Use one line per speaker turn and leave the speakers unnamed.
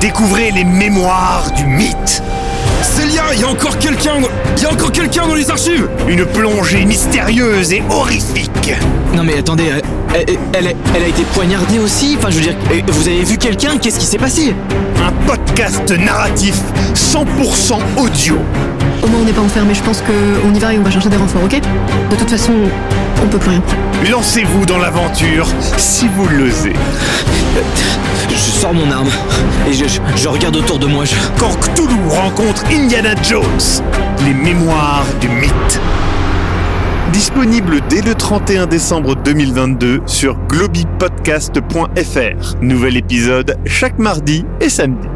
Découvrez les mémoires du mythe.
Célia, il y a encore quelqu'un dans... Il y a encore quelqu'un dans les archives
Une plongée mystérieuse et horrifique.
Non mais attendez, euh, elle, elle, a- elle a été poignardée aussi Enfin je veux dire, euh, vous avez vu quelqu'un Qu'est-ce qui s'est passé
Un podcast narratif 100% audio.
Au moins on n'est pas enfermé, je pense qu'on y va et on va chercher des renforts, ok De toute façon, on peut plus rien.
Lancez-vous dans l'aventure si vous l'osez.
Je sors mon arme et je, je- je regarde autour de moi. Je...
Quand Cthulhu rencontre Indiana Jones, les mémoires du mythe. Disponible dès le 31 décembre 2022 sur globipodcast.fr. Nouvel épisode chaque mardi et samedi.